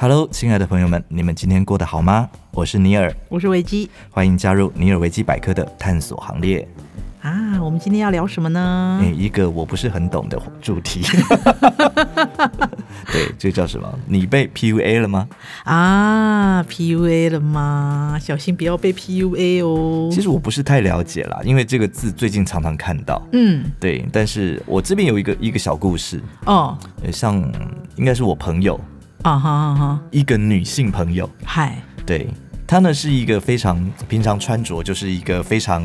Hello，亲爱的朋友们，你们今天过得好吗？我是尼尔，我是维基欢迎加入尼尔维基百科的探索行列。啊。我们今天要聊什么呢？诶一个我不是很懂的主题， 对，这叫什么？你被 PUA 了吗？啊，PUA 了吗？小心不要被 PUA 哦。其实我不是太了解啦，因为这个字最近常常看到。嗯，对，但是我这边有一个一个小故事，哦，呃像应该是我朋友，啊哈哈哈，一个女性朋友，嗨，对。她呢是一个非常平常穿着就是一个非常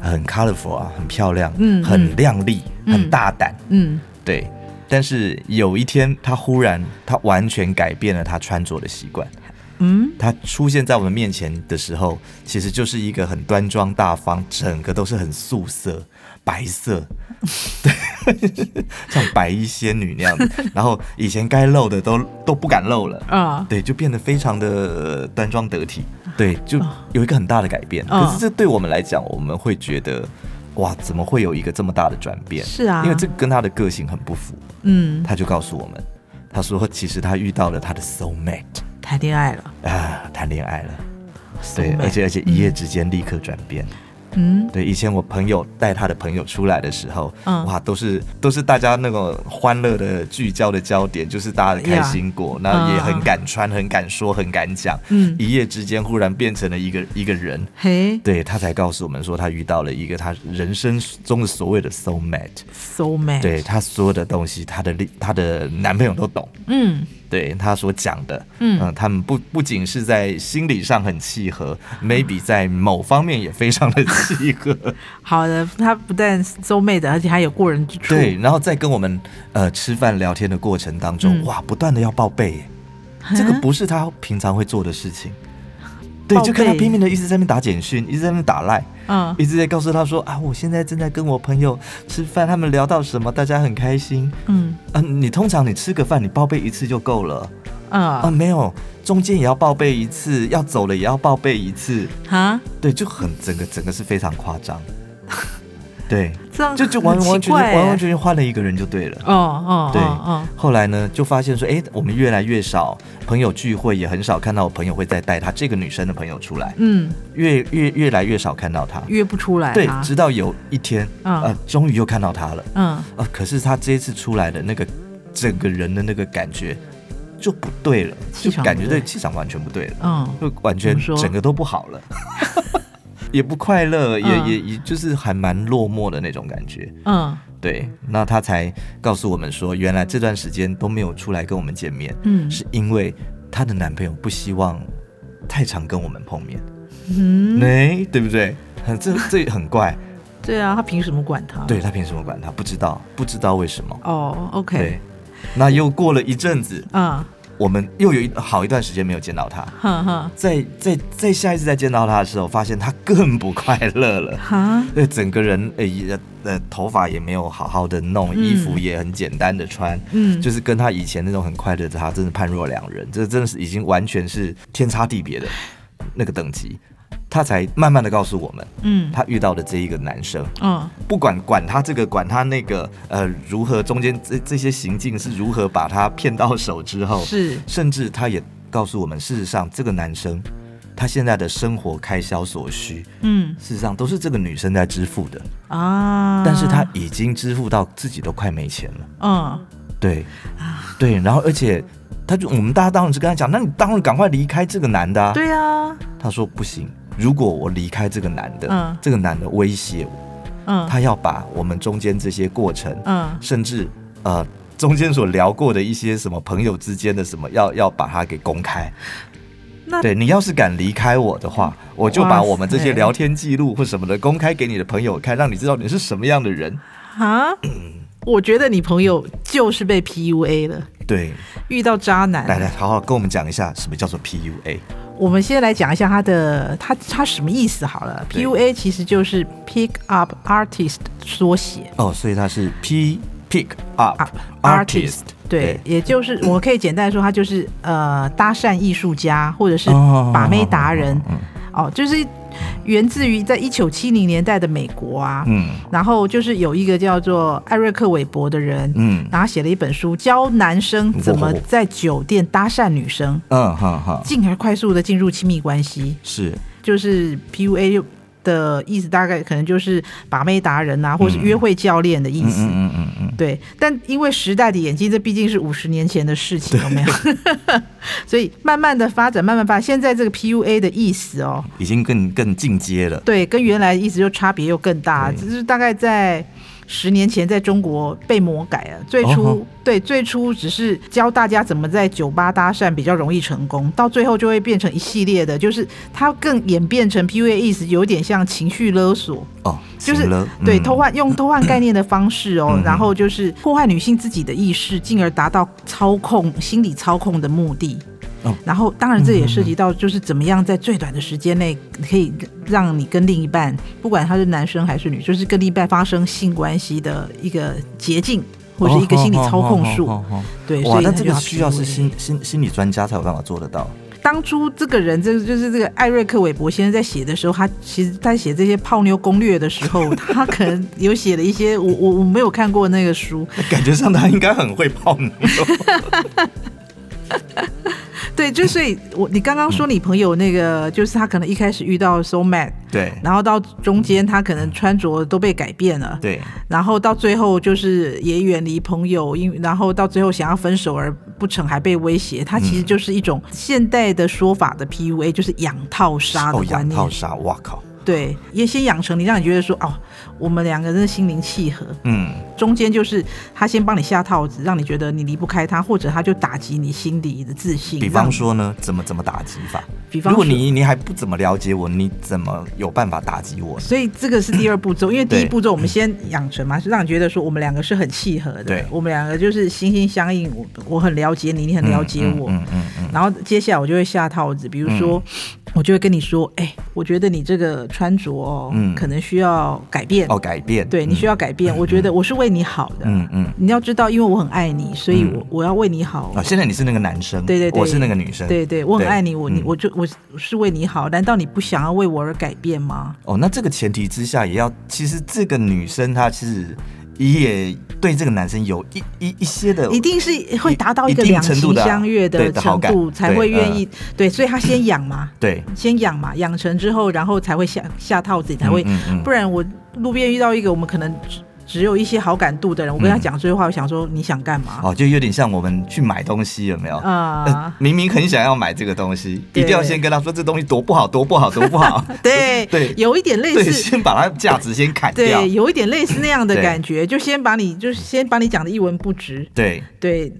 很 colorful 啊，很漂亮，嗯嗯很靓丽，嗯很大胆，嗯，对。但是有一天，她忽然她完全改变了她穿着的习惯。嗯，她出现在我们面前的时候，其实就是一个很端庄大方，整个都是很素色、白色， 对，像白衣仙女那样子。然后以前该露的都都不敢露了。啊，对，就变得非常的呃端庄得体，对，就有一个很大的改变。嗯可是这对我们来讲，我们会觉得，哇，怎么会有一个这么大的转变？是啊因为这跟他的个性很不符。嗯，他就告诉我们，他说其实他遇到了他的 soul mate 谈恋爱了，啊，谈恋爱了，送对，妹而且而且一夜之间立刻转变。嗯，对，以前我朋友带他的朋友出来的时候，嗯哇，都是都是大家那种欢乐的聚焦的焦点，就是大家的开心果，那、也很敢穿、很敢说、很敢讲，嗯一夜之间忽然变成了一个一个人。嘿对他才告诉我们说，他遇到了一个他人生中的所谓的 soul mate， ，so man，对，他所有的东西，他的力他的男朋友都懂，嗯，对他所讲的，嗯他们不不仅是在心理上很契合，maybe 在某方面也非常的契合。好的，他不但收妹的，而且还有过人之处，对，然后在跟我们呃吃饭聊天的过程当中，嗯哇，不断的要报备耶，啊，这个不是他平常会做的事情。对，就看报他备拼命的一直在那边打简讯，一直在那边打赖，嗯，一直在告诉他说啊，我现在正在跟我朋友吃饭，他们聊到什么，大家很开心。嗯，嗯、你通常你吃个饭，你报备一次就够了啊、嗯，没有，中间也要报备一次，要走了也要报备一次，哈，对，就很整个整个是非常夸张， 对，这样就就完很完奇全全怪完完欸，全全换了一个人就对了。哦哦，对哦，后来呢，就发现说，哎，我们越来越少朋友聚会，也很少看到我朋友会再带他这个女生的朋友出来，嗯，越越越来越少看到她。约不出来，对啊，直到有一天，嗯呃，终于又看到她了。嗯，啊，可是她这一次出来的那个整个人的那个感觉就不对了，气就场感不觉对对气场完全不对了，嗯，就完全怎么说整个都不好了。 也不快乐，也嗯也也就是还蛮落寞的那种感觉。嗯，对，那他才告诉我们说，原来这段时间都没有出来跟我们见面，嗯是因为她的男朋友不希望太常跟我们碰面，嗯，哎、对不对？很这这很怪，对啊，他凭什么管他？，对他凭什么管他？不知道，不知道为什么。哦，OK，对，那又过了一阵子，嗯，我们又有一好一段时间没有见到他，哈哈，再再再下一次再见到他的时候，发现他更不快乐了。哈，对，整个人诶、也呃，头发也没有好好的弄，嗯衣服也很简单的穿，嗯就是跟他以前那种很快乐的他，真的判若两人，这真的是已经完全是天差地别的那个等级。他才慢慢的告诉我们，嗯，他遇到的这一个男生，嗯，不管管他这个，管他那个，呃，如何中间这这些行径是如何把他骗到手之后，是，甚至他也告诉我们，事实上这个男生他现在的生活开销所需，嗯事实上都是这个女生在支付的，啊，但是她已经支付到自己都快没钱了。嗯，对，啊对，然后而且她就我们大家当时跟她讲，那你当然赶快离开这个男的、啊。对啊，她说不行，如果我离开这个男的，嗯这个男的威胁我，嗯，他要把我们中间这些过程，嗯，甚至呃中间所聊过的一些什么朋友之间的什么，要要把它给公开。那对你要是敢离开我的话，我就把我们这些聊天记录或什么的公开给你的朋友看，让你知道你是什么样的人。啊，我觉得你朋友就是被 PUA 了，对，遇到渣男。来来，好好跟我们讲一下什么叫做 PUA。我们先来讲一下他的他他什么意思好了。对 PUA 其实就是 Pick Up Artist 缩写。哦，所以它是 P pick up Up artist，嗯对，也就是我可以简单地说，他就是呃搭讪艺术家，或者是哦嗯把妹达人，哦，就是源自于在一九七零年代的美国啊。嗯然后就是有一个叫做艾瑞克韦伯的人，嗯然后写了一本书，教男生怎么在酒店搭讪女生，嗯哈哈，进而快速的进入亲密关系。是就是 PUA 的意思，大概可能就是把妹达人啊，或是约会教练的意嗯思。嗯嗯嗯嗯，对，但因为时代的眼睛，这毕竟是五十年前的事情，有没有？ 所以慢慢的发展，慢慢发展，现在这个 PUA 的意思哦，已经更更进阶了。对，跟原来的意思就差别又更大，对只是大概在十年前在中国被魔改了。最初、哦对最初只是教大家怎么在酒吧搭讪比较容易成功，到最后就会变成一系列的，就是它更演变成 PUA 意思，有点像情绪勒索，哦，就是行了对嗯偷换用偷换概念的方式哦，嗯然后就是破坏女性自己的意识，进而达到操控心理操控的目的。哦然后，当然这也涉及到就是怎么样在最短的时间内可以让你跟另一半，不管他是男生还是女，就是跟另一半发生性关系的一个捷径，或是一个心理操控术。哦哦哦哦哦对，哇，所以那他这就个需要 PUA 是心心心理专家才有办法做得到。当初这个人，这个就是这个艾瑞克韦伯先生在写的时候，他其实在写这些泡妞攻略的时候， 他可能有写了一些我我我没有看过那个书，感觉上他应该很会泡 妞。对，就所以我你刚刚说你朋友那个，就是他可能一开始遇到 so mad，对然后到中间他可能穿着都被改变了，对，然后到最后就是也远离朋友，因然后到最后想要分手而不成，还被威胁，他嗯其实就是一种现代的说法的 PUA，就是养套杀的哦，观养念。套杀，哇靠，对，也先养成你，让你觉得说哦，我们两个人的心灵契合。嗯，中间就是他先帮你下套子，让你觉得你离不开他，或者他就打击你心里的自信。比方让，说呢，怎么怎么打击法？比方如果说你你还不怎么了解我，你怎么有办法打击我呢？所以这个是第二步 骤，因为第一对步骤我们先养成嘛，是让你觉得说我们两个是很契合的对，我们两个就是心心相印，我我很了解你，你很了解我。嗯嗯嗯然后接下来我就会下套子，比如说，我就会跟你说，哎、我觉得你这个穿着哦，嗯可能需要改变，嗯，哦，嗯改变，对你需要改变。我觉得我是为你好的，嗯，嗯你要知道，因为我很爱你，所以我、嗯我要为你好。嗯，哦，现在你是那个男生，对对对，我是那个女生，对对，我很对爱你，我你嗯我就我是为你好，难道你不想要为我而改变吗？哦，那这个前提之下，也要其实这个女生她是也对这个男生有一一一些的一定是会达到一个呃一定两程情度的啊相悦对的程好感度，才对嗯会愿意对，所以他先养 嘛，对，先养嘛，养成之后，然后才会下下套子，才会，嗯嗯嗯不然我路边遇到一个我们可能只只有一些好感度的人，我跟他嗯讲这句话，我想说你想干嘛？哦，就有点像我们去买东西，有没有？呃啊，明明很想要买这个东西，一对定要先跟他说这东西多不好，多不好，多不好。 对对有一点类对，似。先把它价值先砍掉。对，有一点类似 那样的对感觉，就先把你，就是先把你讲的一文不值，对对，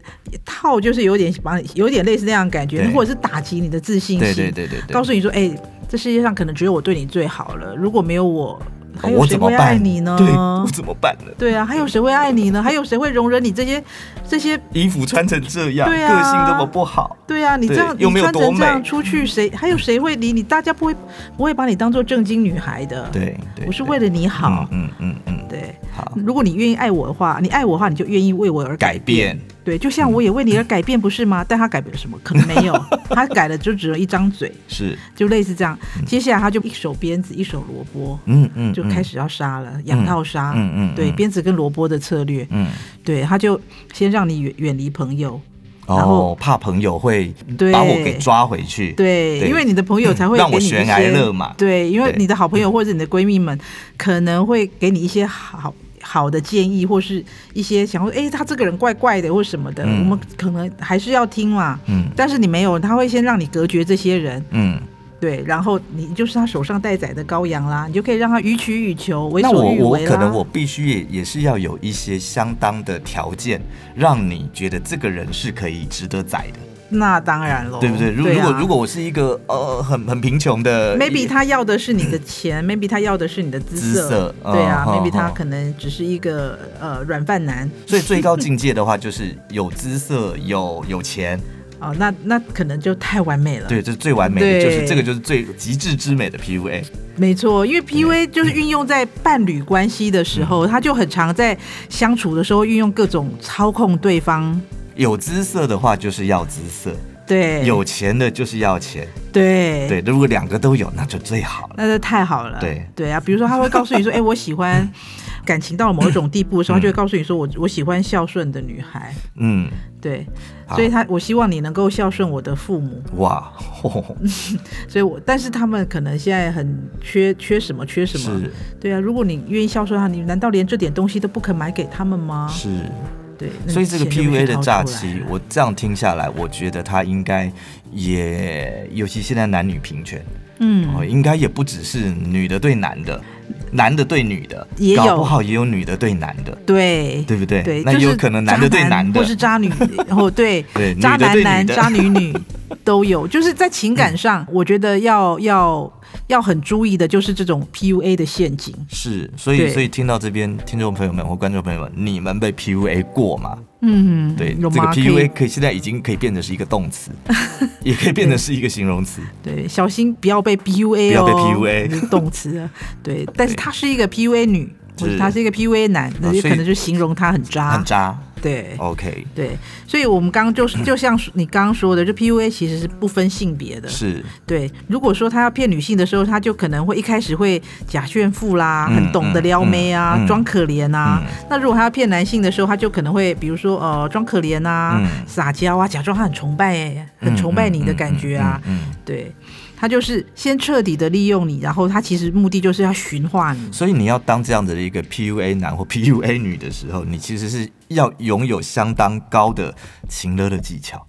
套就是有点把你，有点类似那样的感觉，对或者是打击你的自信心，对对对对对，告诉你说，哎、这世界上可能只有我对你最好了，如果没有我，还有哦我谁怎么会爱办你呢？对，我怎么办呢？对啊，还有谁会爱你呢？还有谁会容忍你这些这些？衣服穿成这样，对啊个性这么不好，对啊，你这样对又你没有穿成多这样美出去，谁还有谁会理你？大家不会不会把你当做正经女孩的。，对对，我是对为了你好。嗯嗯嗯嗯，对，好，如果你愿意爱我的话，你爱我的话，你就愿意为我而改改变。嗯对，就像我也为你而改变，不是吗？但他改变了什么？可能没 有，他改了就只有一张嘴，是，就类似这样。接下来他就一手鞭子，一手萝卜，嗯嗯，就开始，始要杀了，养套杀。嗯嗯，对，嗯，鞭子跟萝卜的策略，嗯，对，他就先让你远远离朋友，然后哦，怕朋友会对把我给抓回去，，对，对因为你的朋友才会让我给你一悬崖些勒马对，因为对你的好朋友或者你的闺蜜们可能会给你一些好好的建议，或是一些想说，哎、他这个人怪怪的或什么的，嗯我们可能还是要听嘛。嗯但是你没有，他会先让你隔绝这些人，嗯。对，然后你就是他手上待宰的羔羊啦，你就可以让他予取予求，为那所我欲我为啦。可能我必须也也是要有一些相当的条件，让你觉得这个人是可以值得宰的，那当然喽，对不对？如啊如果如果我是一个呃很很贫穷的，maybe 他要的是你的 钱，maybe 他要的是你的姿呃姿色对啊、嗯 m a y b e 嗯他嗯可能只是一个呃软饭男 所以最高境界的话就是有姿色、有有钱，哦，那那可能就太完美了。，对，这是最完美的，就是嗯对这个就是最极致之美的 PUA。没错，因为 PUA 就是运用在伴侣关系的时嗯候，他就很常在相处的时候运用各种操控对方。有姿色的话就是要姿色，对，有钱的就是要钱，对对，如果两个都有，那就最好了。那这太好了。对对啊，比如说他会 告诉你说，哎、我喜欢感情到了某一种地步的时候，他就会告诉你说我我喜欢孝顺的女孩。嗯，对，好所以他我希望你能够孝顺我的父母。哇， 吼所以我但是他们可能现在很缺缺什么缺什么。是对啊，如果你愿意孝顺他，你难道连这点东西都不肯买给他们吗？是，对，啊那所以这个钱就会 PUA 的掏出诈来欺了，我这样听下来，我觉得他应该也，尤其现在男女平权，嗯，哦，应该也不只是女的对男的，男的对女的，也搞有不好也有女的对男的，对对不对？对，那就有是可能渣男的对男的或，是渣女，哦对 对，渣女的男对男、女的渣女女都有。就是在情感嗯上，我觉得要要要很注意的，就是这种 PUA 的陷阱。是，所以对所以听到这边，听众朋友们或观众朋友们，你们被 PUA 过吗？嗯，对，有这个吗 PUA 可可以现在已经可以变成是一个动词， 也可以变成是一个形容词。以对，小心不要被 PUA 哦，不要被 PUA 这是 动词啊。对，但是她是一个 PUA 女，或者是她是一个 PUA 男，那啊就所以可能就形容她很渣。很渣。啊对 OK，对，所以我们刚 刚就是就像你刚刚说的，就 PUA 其实是不分性别的。是对，如果说他要骗女性的时候，他就可能会一开始会假炫富啦，嗯很懂得撩妹啊，嗯嗯装可怜啊。嗯那如果他要骗男性的时候，他就可能会比如说呃装可怜啊、嗯撒娇啊，假装他很崇拜、很崇拜你的感觉啊。嗯嗯嗯嗯嗯对，他就是先彻底的利用你，然后他其实目的就是要驯化你。所以你要当这样子的一个 PUA 男或 PUA 女的时候，你其实是要拥有相当高的情勒的技巧、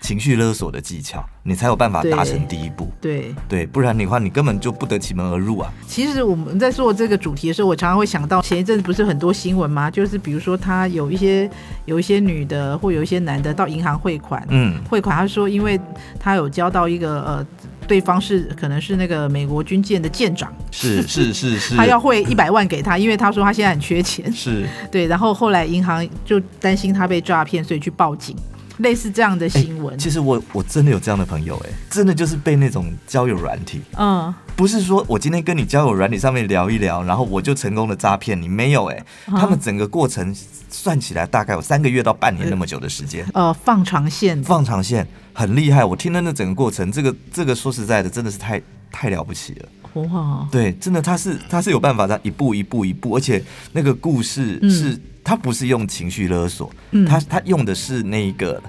情绪勒索的技巧，你才有办法对达成第一步。对，对，不然的话，你根本就不得其门而入啊！其实我们在做这个主题的时候，我常常会想到前一阵子不是很多新闻吗？就是比如说他有一些有一些女的或有一些男的到银行汇款，嗯，汇款，他说因为他有交到一个呃，对方是可能是那个美国军舰的舰长，是是 是是，他要汇一百万给他，因为他说他现在很缺钱， 是对，然后后来银行就担心他被诈骗，所以去报警，类似这样的新闻，哎其实我我真的有这样的朋友、哎，真的就是被那种交友软体，嗯，不是说我今天跟你交友软体上面聊一聊，然后我就成功的诈骗你，没有哎、啊他们整个过程算起来大概有三个月到半年那么久的时间。 呃，放长线，放长线很厉害，我听了那整个过程，这个这个说实在的，真的是太太了不起了。哇，对，真的他是他是有办法这样一步一步一步，而且那个故事嗯是、他不是用情绪勒索，嗯他他用的是那个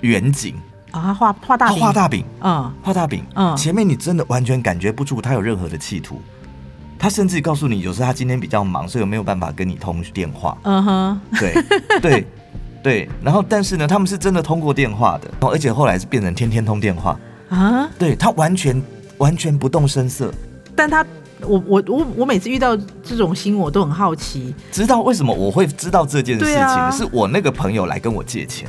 远景，啊，他画画大他饼，画大饼，嗯，画大饼，嗯前面你真的完全感觉不出他有任何的企图，他甚至告诉你，有时候他今天比较忙，所以没有办法跟你通电话，嗯哼， 对对对，然后但是呢，他们是真的通过电话的，哦而且后来是变成天天通电话，啊，对他完全完全不动声色，但他。我我我我每次遇到这种新闻，我都很好奇，知道为什么我会知道这件事对情，啊是我那个朋友来跟我借钱，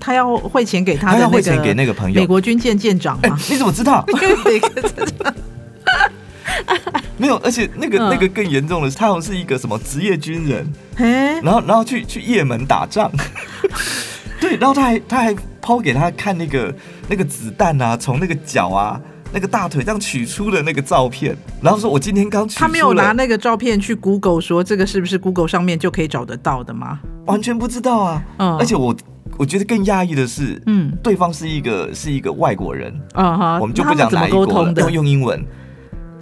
他要汇钱给他他的要那汇个钱给那个朋友美国军舰舰长哎、吗？你怎么知 道？每个 没有，而且那个、嗯那个更严重的是，他好像是一个什么职业军人，哎， 然后然后去去也门打仗， 对，然后他还他还抛给他看那个那个子弹啊，从那个脚啊那个大腿这样取出的那个照片，然后说我今天刚取出他没有了拿那个照片去 Google 说这个是不是 Google 上面就可以找得到的吗？完全不知道啊，嗯而且我我觉得更讶异的是，嗯对方是一个是一个外国人，啊哈，嗯我们就那不他讲怎哪么一沟国了通，用的。用英文。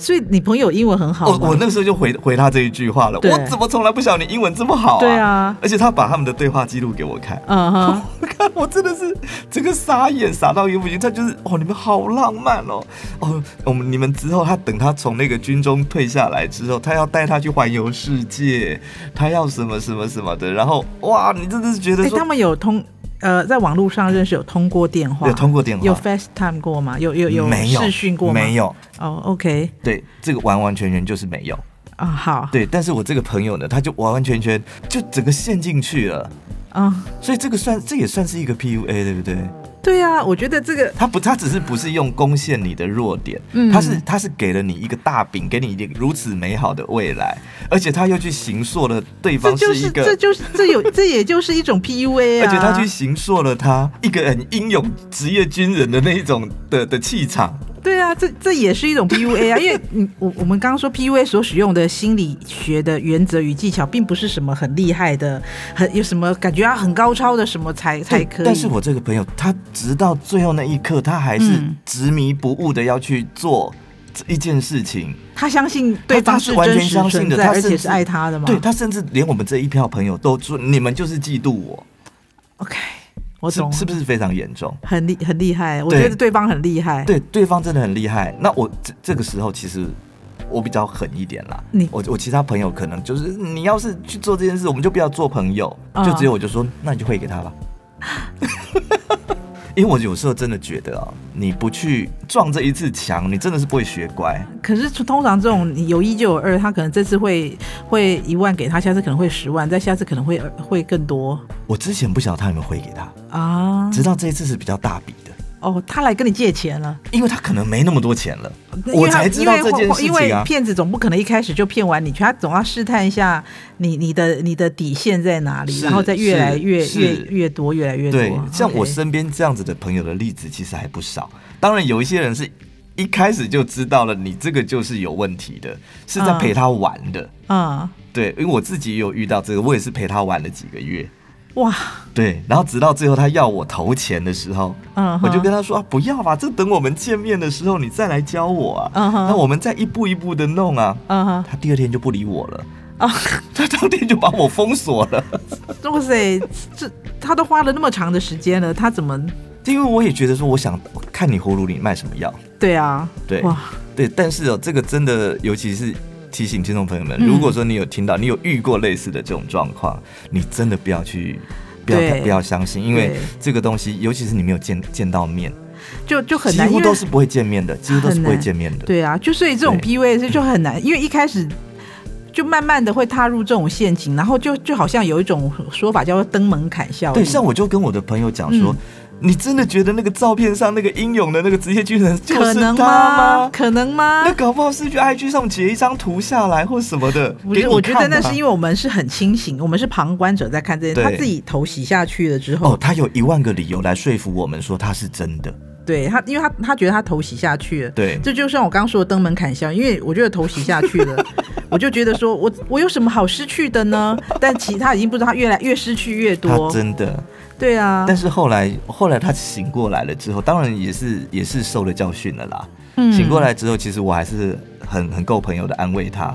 所以你朋友英文很好我吗？哦我那时候就回回他这一句话了，对我怎么从来不晓得你英文这么好啊？对啊，而且他把他们的对话记录给我看，嗯哼，我 看我真的是这个傻眼傻到一个不行，他就是哦，你们好浪漫哦，哦，我们你们之后他等他从那个军中退下来之后，他要带他去环游世界，他要什么什么什么的，然后哇，你真的是觉得哎，说、他们有通呃，在网络上认识有通过电话，有通过电话有 FaceTime 过吗？有有有没有视讯过吗？没。有，哦，OK 对，这个完完全全就是没有。啊，好，对，但是我这个朋友呢，他就完完全全就整个陷进去了，啊，所以这个算这也算是一个 PUA，对不对？对啊，我觉得这个他不，他只是不是用攻陷你的弱点，嗯他是他是给了你一个大饼，给你一个如此美好的未来，而且他又去形塑了对这方就是一是个，这就是这有这也就是一种 PUA 啊，而且他去形塑了他一个很英勇职业军人的那一种的的气场，对啊，这这也是一种 PUA 啊，因为你我我们刚刚说 PUA 所使用的心理学的原则与技巧，并不是什么很厉害的，很有什么感觉啊很高超的什么才才可以。但是我这个朋友，他直到最后那一刻，他还是嗯执迷不悟的要去做这一件事情。他相信对方他是完全真实相信存的在，他而甚且至是爱他的嘛。对他甚至连我们这一票朋友都说，你们就是嫉妒我， ，OK，我是懂了，是不是非常严重？很厉很厉害？我对觉得对方很厉害。对，对方真的很厉害。那我这这个时候其实。我比较狠一点啦，你我我其他朋友可能就是你要是去做这件事，我们就不要做朋友，嗯就只有我就说那你就汇给他吧， 因为我有时候真的觉得啊，你不去撞这一次墙，你真的是不会学乖。可是通常这种你有一就有二，他可能这次会会一万给他，下次可能会十万，再下次可能会会更多我之前不晓得他有没有汇给他，啊。直到这一次是比较大笔的，哦，他来跟你借钱了，因为他可能没那么多钱了，因为我他才知道这件事因为情因为啊。骗子总不可能一开始就骗完你，他总要试探一下你你的你的底线在哪里，是然后再越来越是越是越多，越来越多对。，像我啊 OK 身边这样子的朋友的例子其实还不少。当然，有一些人是一开始就知道了你这个就是有问题的，是在嗯陪他玩的。嗯，对，因为我自己也有遇到这个，我也是陪他玩了几个月。哇，对，然后直到最后他要我投钱的时候，嗯哼，我就跟他说、啊、不要吧，这等我们见面的时候你再来教我啊，嗯哼那我们再一步一步的弄啊。嗯哼，他第二天就不理我了，哦， 他当天就把我封锁 了。哇塞，这他都花了那么长的时间了，他怎么？因为我也觉得说，我想看你葫芦里卖什么药。对啊，对哇，对，但是哦，这个真的，尤其是提醒听众朋友们，嗯如果说你有听到，你有遇过类似的这种状况，你真的不要去。不要对不要相信，因为对这个东西，尤其是你没有见见到面，就就很几难，乎因为都是不会见面的，几乎都是很不会难见面的。对啊，就所以这种对 PUA 是就很难，因为一开始就慢慢的会踏入这种陷阱，然后就就好像有一种说法叫做登门槛效应。对，像我就跟我的朋友讲说，嗯你真的觉得那个照片上那个英勇的那个职业军人就可是能他吗？可能吗那？搞不好是去 IG 上截一张图下来或什么的，不给是，你我觉得看那吧是因为我们是很清醒，我们是旁观者在看这件，他对自己头洗下去了之后，哦，他有一万个理由来说服我们说他是真的。对他，因为他他觉得他头洗下去了，对这就像我刚说的登门槛效应，因为我觉得头洗下去 了，我就觉得说我我有什么好失去的呢？但其他已经不知道他越来越失去越他多，真的，对啊，但是后来后来他醒过来了之后，当然也是也是受了教训了啦。嗯醒过来之后，其实我还是很很够朋友的安慰他。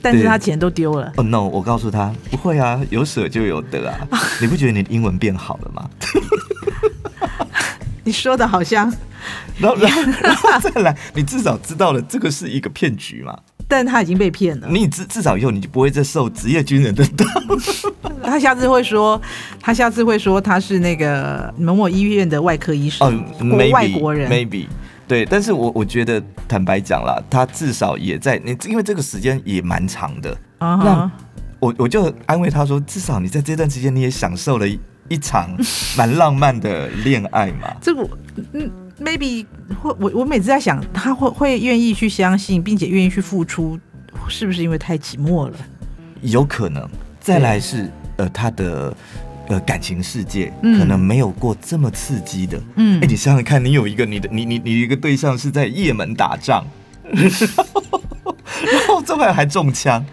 但是对他钱都丢了。哦、no，我告诉他不会啊，有舍就有得 啊。你不觉得你的英文变好了吗？你说的好像，然后然后然后再来，你至少知道了这个是一个骗局嘛。但他已经被骗了。你至至少以后你就不会再受职业军人的 当。他下次会说，他下次会说他是那个某某医院的外科医生，哦国，maybe 外国人。 maybe 对，但是我我觉得坦白讲啦，他至少也在你，因为这个时间也蛮长的，啊哈那我我就安慰他说，至少你在这段时间你也享受了一一 场蛮浪漫的恋爱嘛。这个我嗯，maybe 会我我每次在想，他会会愿意去相信，并且愿意去付出，是不是因为太寂寞了？有可能。再来是呃，他的呃感情世界、嗯可能没有过这么刺激的。嗯哎、你想想看，你有一个你的你你你一个对象是在也门打仗。然后 这外还中枪，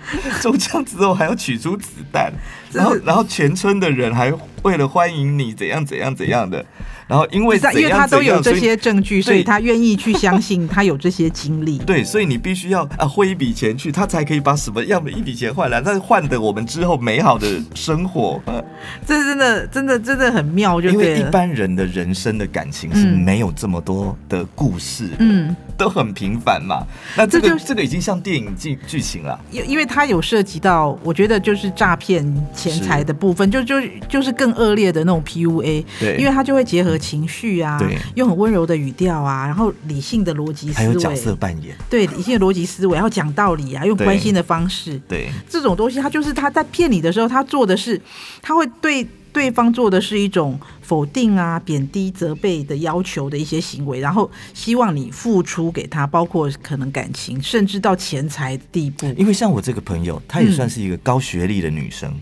中枪之后还要取出子弹，然后然后全村的人还为了欢迎你怎样怎样怎样的，然后因为不是啊怎样因为他都怎样有这所以些证据，所对以他愿意去相信，他有这些经历。对，所以你必须要啊汇一笔钱去，他才可以把什么样的一笔钱换来，但是换得我们之后美好的生 活。呃这真的真的真的很妙，就因为对一了。般人的人生的感情是嗯没有这么多的故事，嗯，都很平凡嘛。那这个这这,、就是个已经像电影剧剧情了。因因为它有涉及到，我觉得就是诈骗钱财的部分，就就就是更恶劣的那种 PUA，对因为它就会结合情绪啊对，用很温柔的语调啊，然后理性的逻辑思还有角色维，扮演，对理性的逻辑思维，然后讲道理啊，用对关心的方式，对这种东西，他就是他在骗你的时候，他做的是，他会对对方做的是一种否定啊、贬低、责备的要求的一些行为，然后希望你付出给他，包括可能感情，甚至到钱财的地步。因为像我这个朋友，她也嗯算是一个高学历的女生，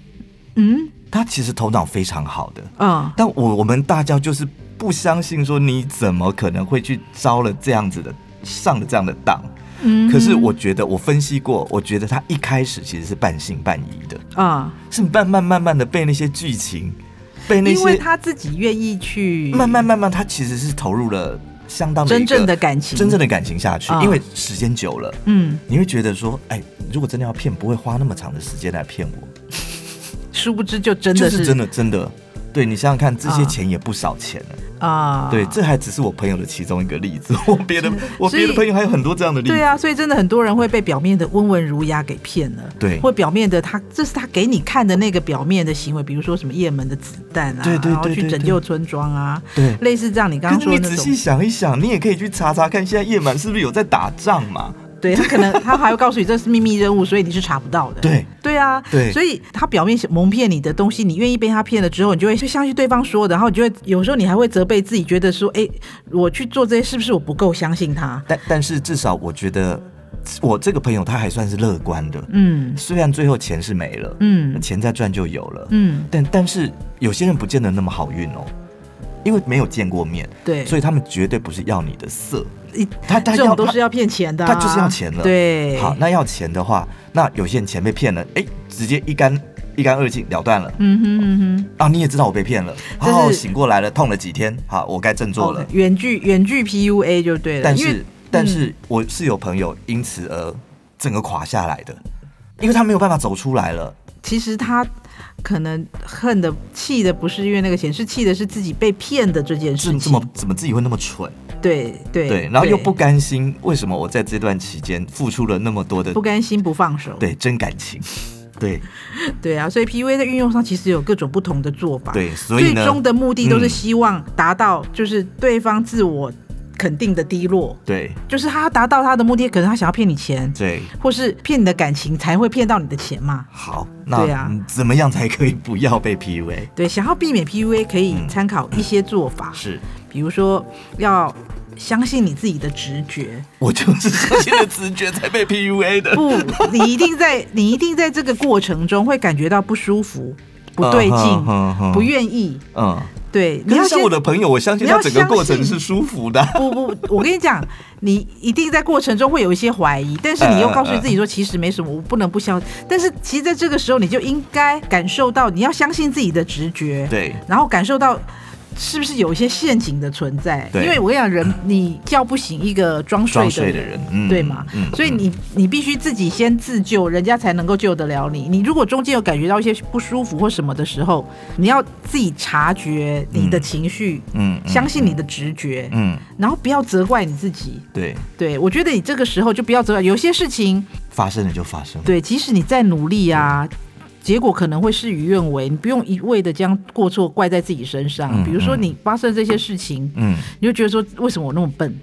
嗯她其实头脑非常好的，嗯。但我我们大家就是不相信说你怎么可能会去招了这样子的上了这样的当。嗯可是我觉得，我分析过，我觉得他一开始其实是半信半疑的，啊，是慢慢慢慢的被那些剧情，被那因为些他自己愿意去慢慢慢慢，他其实是投入了相当的真一个正的感情，真正的感情下去，啊因为时间久了，嗯，你会觉得说，哎，如果真的要骗，不会花那么长的时间来骗我，殊不知就真就的是真的真的。对你想想看，这些啊钱也不少钱了。啊，对，这还只是我朋友的其中一个例子，我别的我所别以的朋友还有很多这样的例子。对啊，所以真的很多人会被表面的温文儒雅给骗了，对或表面的他这是他给你看的那个表面的行为，比如说什么夜门的子弹啊，对对然后对去对拯对救村庄啊，对类似这样你刚刚可是说你的那仔种细，想一想，你也可以去查查看，现在夜满是不是有在打仗嘛？对他可能他还会告诉你这是秘密任务，所以你是查不到的。对对啊，对所以他表面蒙骗你的东西，你愿意被他骗了之后，你就会相信对方说的，然后你就会有时候你还会责备自己，觉得说，哎，我去做这些是不是我不够相信他？但但是至少我觉得，我这个朋友他还算是乐观的，嗯虽然最后钱是没了，嗯钱再赚就有了，嗯，但但是有些人不见得那么好运哦，因为没有见过面，对，所以他们绝对不是要你的色，以他他这种要都他是要骗钱的啊、他就是要钱了对，好，，那要钱的话，那有些人钱被骗了，哎，直接一干一干二净了断了。嗯哼嗯哼。啊，你也知道我被骗了，但是好、醒过来了，痛了几天，好，我该振作了。 OK，远距远距 PUA 就对了，但因为嗯是，但是我是有朋友因此而整个垮下来的，因为他没有办法走出来了。其实他可能恨的、气的不是因为那个钱，是气的是自己被骗的这件事是情。怎么怎么自己会那么蠢？对对对，然后又不甘心，为什么我在这段期间付出了那么多的不甘心不放手。对真感情？对对啊，所以 PUA 在运用上其实有各种不同的做法。，对，所以最呢，终的目的都是嗯希望达到就是对方自我肯定的低落，对就是他要达到他的目的，可能他想要骗你钱，对，或是骗你的感情，才会骗到你的钱嘛。好，那对啊嗯怎么样才可以不要被 PUA？对，想要避免 PUA，可以嗯参考一些做法，是比如说要相信你自己的直觉，我就是 这些的直觉才被 PUA 的。不，你一定在 你一定在这个过程中会感觉到不舒服、不对嗯劲、哼哼哼不愿意。嗯，对，你可要是像先我的朋友，我相信你他要整个过程相信是舒服的。 不不，我跟你讲，你一定在过程中会有一些怀疑，但是你嗯又告诉自己说，其实没什么，我不能不相。但是其实在这个时候，你就应该感受到，你要相信自己的直觉，对然后感受到。是不是有一些陷阱的存在？因对为我跟你 讲，人你叫不醒一个装睡装的睡的人，人，嗯对嘛？嗯所以你你必须自己先自救，人家才能够救得了你。你如果中间有感觉到一些不舒服或什么的时候，你要自己察觉你的嗯情绪，嗯嗯相信你的直觉，嗯，然后不要责怪你自己。对，对，我觉得你这个时候就不要责怪，有些事情，发生了就发生了。对，即使你再努力啊，结果可能会事与愿违，你不用一味的将过错怪在自己身上。嗯比如说你发生这些事情，嗯，你就觉得说，为什么我那么笨？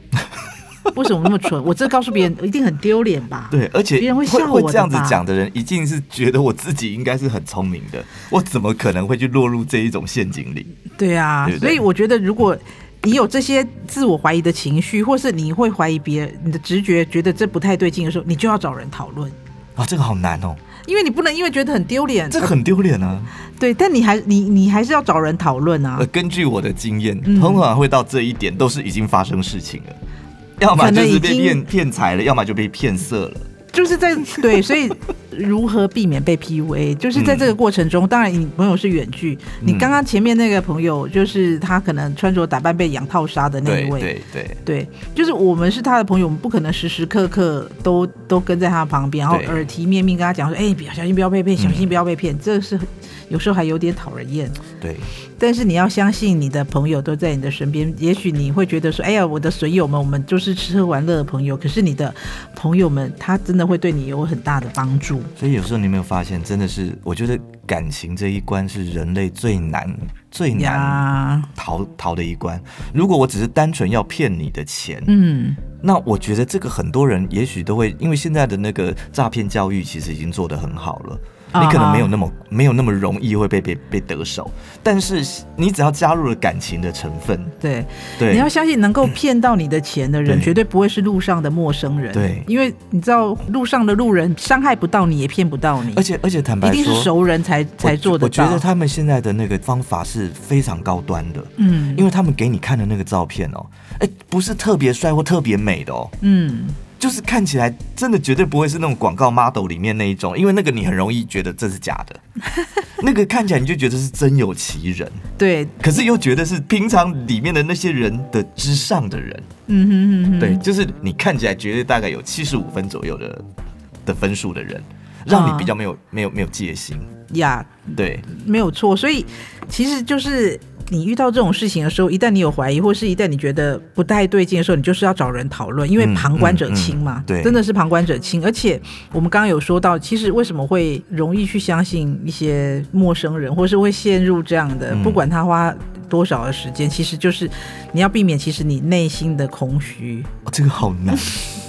为什么我那么蠢？我这告诉别人一定很丢脸吧？对，而且别人会会笑我会的这样子吧讲的人，一定是觉得我自己应该是很聪明的，我怎么可能会去落入这一种陷阱里？对啊，对不对所以我觉得，如果你有这些自我怀疑的情绪，或是你会怀疑别人，你的直觉觉得这不太对劲的时候，你就要找人讨论，啊，这个好难哦，因为你不能因为觉得很丢脸，这很丢脸啊！呃对，但你还你你还是要找人讨论啊呃，。根据我的经验，嗯通常会到这一点都是已经发生事情了，要么可就能是已被经骗骗财了，要么就被骗色了。 就是在对，所以如何避免被 PUA，就是在这嗯个过程中，当然你朋友是远距，你刚刚前面那个朋友就是他可能穿着打扮被养套杀的那对一位，对对对，就是我们是他的朋友，我们不可能时时刻刻都都跟在他旁边，然后对耳提面命跟他讲说，哎、不要小心不要被骗，小心不要被骗，这是很有时候还有点讨人厌。对，但是你要相信你的朋友都在你的身边，也许你会觉得说，哎呀，我的损友们，我们就是吃喝玩乐的朋友，可是你的朋友们，他真的会对你有很大的帮助。所以有时候你有没有发现，真的是我觉得感情这一关是人类最难最难呀，逃逃的一关。如果我只是单纯要骗你的钱，嗯，那我觉得这个很多人也许都会，因为现在的那个诈骗教育其实已经做得很好了，啊你可能没有那么没有那么容易会被被被得手，但是你只要加入了感情的成分，对，对，你要相信能够骗到你的钱的人，对绝对不会是路上的陌生人。对因为你知道路上的路人伤害不到你，也骗不到你，而且而且坦白一说，定是熟人才才做得我觉到。得他们现在的那个方法是非常高端的，嗯因为他们给你看的那个照片哦，哎，不是特别帅或特别美的哦，嗯，就是看起来真的绝对不会是那种广告 model 里面那一种，因为那个你很容易觉得这是假 的，那个看起来你就觉得是真有其人，对，可是又觉得是平常里面的那些人的之上的人，嗯哼哼哼，对，就是你看起来绝对大概有七十五分左右的的分数的人，让你比较没有没有没有戒心，呀，对没有错。所以其实就是你遇到这种事情的时候，一旦你有怀疑，或是一旦你觉得不太对劲的时候，你就是要找人讨论，因为嗯旁观者清嘛，嗯嗯对真的是旁观者清。而且我们刚刚有说到，其实为什么会容易去相信一些陌生人，或是会陷入这样的，嗯不管他花。多少的时间，其实就是你要避免，其实你内心的空虚。哦这个好难。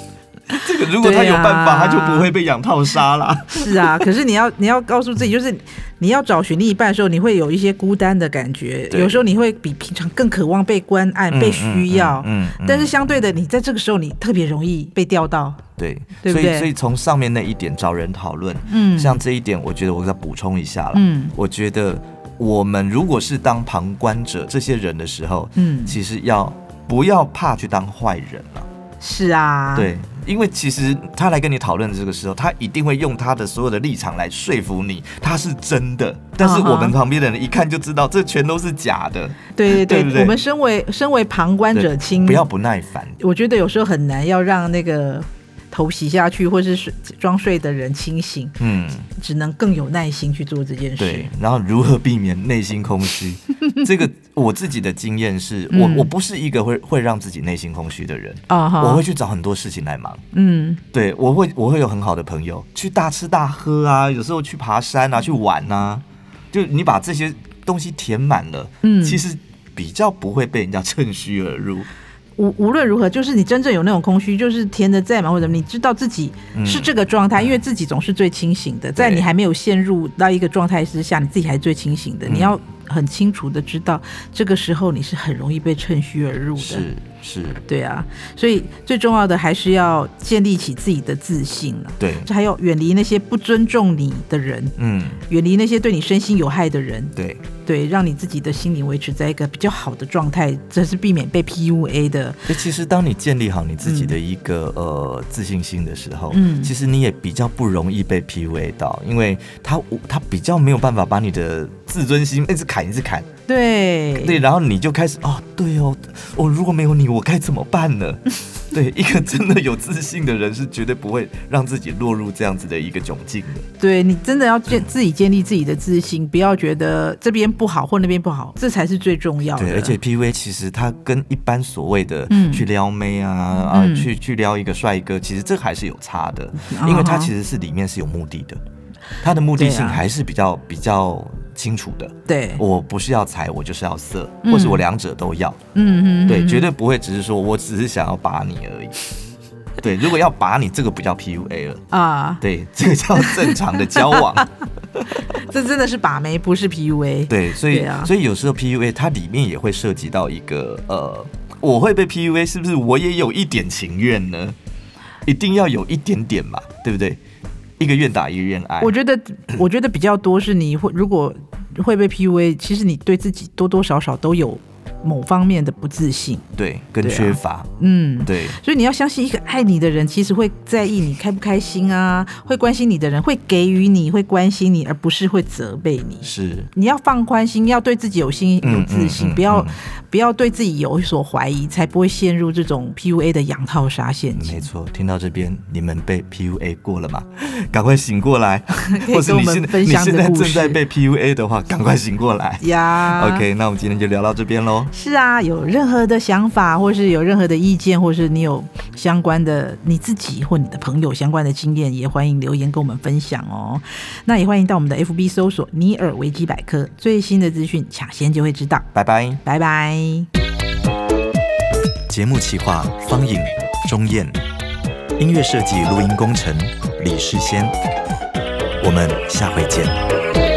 这个如果他有办法，对啊他就不会被养套杀啦。是啊， 可是你要你要告诉自己，就是你要找寻另一半的时候，你会有一些孤单的感觉，对有时候你会比平常更渴望被关爱、被需要。嗯，嗯嗯嗯但是相对的，你在这个时候，你特别容易被钓到。对，对不所以对所以从上面那一点找人讨论，嗯像这一点，我觉得我再补充一下了。嗯我觉得我们如果是当旁观者这些人的时候，嗯，其实要不要怕去当坏人了、是啊，，对，因为其实他来跟你讨论这个时候，他一定会用他的所有的立场来说服你，他是真的。但是啊哈我们旁边的人一看就知道，这全都是假的。对对 对不对我们身为身为旁观者对清，不要，不耐烦。我觉得有时候很难要让那个头洗下去，或是睡装睡的人清醒，嗯，只能更有耐心去做这件事对。。然后如何避免内心空 虚？这个我自己的经验是，我嗯我不是一个会会让自己内心空虚的人。啊哈，我会去找很多事情来忙，嗯对我会我会有很好的朋友，去大吃大喝啊，有时候去爬山啊，去玩啊，就你把这些东西填满了，嗯其实比较不会被人家趁虚而入，无无论如何，就是你真正有那种空虚，就是填的再满或者什么，你知道自己嗯是这个状态，因为自己总是最清醒的，在你还没有陷入到一个状态之下，你自己还是最清醒的，你要很清楚的知道，这个时候你是很容易被趁虚而入的。是是，对啊，所以最重要的还是要建立起自己的自信了、对，还有远离那些不尊重你的人，嗯，远离那些对你身心有害的人，对，对，让你自己的心灵维持在一个比较好的状态，这是避免被 PUA 的。诶其实当你建立好你自己的一个、呃自信心的时候，嗯其实你也比较不容易被 PUA 到，因为他他比较没有办法把你的自尊心一直砍一直砍，对，对，然后你就开始哦，对哦，我、如果没有你，我该怎么办 呢？对，一个真的有自信的人是绝对不会让自己落入这样子的一个窘境的。对你真的要建自己建立自己的自信，不要觉得这边不好或那边不好，这才是最重要的。对，而且 PUA 其实它跟一般所谓的嗯去撩妹啊、嗯啊，去去撩一个帅哥，其实这还是有差的，因为它其实是里面是有目的的，它的目的嗯啊对性啊还是比较比较清楚的。对，嗯我不是要财，我就是要色，或是我两者都要。嗯嗯，对，绝对对不会只是说我只是想要把你 而已。对，如果要把你，这个不叫 PUA 了，啊，对，这个叫正常的交 往。 这真的是把妹，不是 PUA。对，所以、对啊所以有时候 PUA 它里面也会涉及到一个呃，我会被 PUA，是不是我也有一点情愿呢？一定要有一点点嘛，对不对？一个愿打一个愿挨，我觉得，我觉得比较多是你会如果会被 PUA，其实你对自己多多少少都有某方面的不自信。对，跟对啊缺乏，嗯，对所以你要相信，一个爱你的人其实会在意你开不开心啊，会关心你的人会给予你，会关心你，而不是会责备你。是，你要放宽心，要对自己有信嗯有自嗯信，嗯不要、嗯不要对自己有所怀疑，才不会陷入这种 PUA 的养套杀陷嗯阱没。错，听到这边，你们被 PUA 过了吗？ 赶快醒过 来，以或是跟你我们现在分你享现你的在故正在事啊被 PUA 的话，赶快醒过来。呀 OK，那我们今天就聊到这边喽。是啊，有任何的想法，或是有任何的意见，或是你有相关的你自己或你的朋友相关的经验，也欢迎留言跟我们分享哦。那也欢迎到我们的 FB 搜索“尼尔维基百科”，最新的资讯抢先就会知道。拜拜。拜拜。节目企划：方颖、钟燕，音乐设计、录音工程：李世先。我们下回见。